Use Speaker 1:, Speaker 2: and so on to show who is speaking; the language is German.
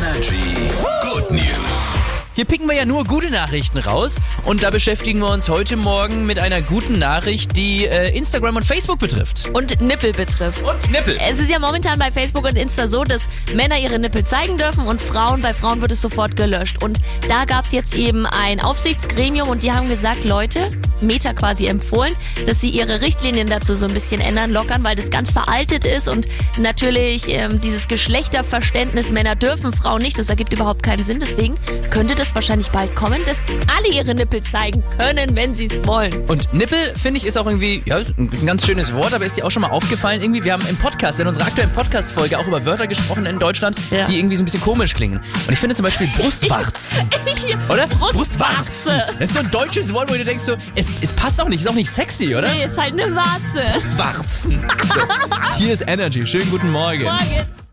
Speaker 1: Energy. Good News.
Speaker 2: Hier picken wir ja nur gute Nachrichten raus und da beschäftigen wir uns heute Morgen mit einer guten Nachricht, die äh, Instagram und Facebook betrifft.
Speaker 3: Und Nippel betrifft.
Speaker 2: Und Nippel.
Speaker 3: Es ist ja momentan bei Facebook und Insta so, dass Männer ihre Nippel zeigen dürfen und Frauen, bei Frauen wird es sofort gelöscht. Und da gab es jetzt eben ein Aufsichtsgremium und die haben gesagt, Leute, Meta quasi empfohlen, dass sie ihre Richtlinien dazu so ein bisschen ändern, lockern, weil das ganz veraltet ist und natürlich ähm, dieses Geschlechterverständnis, Männer dürfen Frauen nicht, das ergibt überhaupt keinen Sinn. Deswegen könnte das wahrscheinlich bald kommen, dass alle ihre Nippel zeigen können, wenn sie es wollen.
Speaker 2: Und Nippel, finde ich, ist auch irgendwie, ja, ist ein ein ganz schönes Wort, aber ist dir auch schon mal aufgefallen, irgendwie, wir haben im Podcast, in unserer aktuellen Podcast-Folge auch über Wörter gesprochen in Deutschland,
Speaker 3: Ja.
Speaker 2: die irgendwie so ein bisschen komisch klingen. Und ich finde zum Beispiel Brustwarzen. Oder?
Speaker 3: Brustwarze.
Speaker 2: Das ist so ein deutsches Wort, wo du denkst so, es, es passt auch nicht, ist auch nicht sexy, oder?
Speaker 3: Nee, ist halt eine Warze.
Speaker 2: Brustwarzen. So. Hier ist Energy. Schönen guten Morgen.
Speaker 3: Morgen.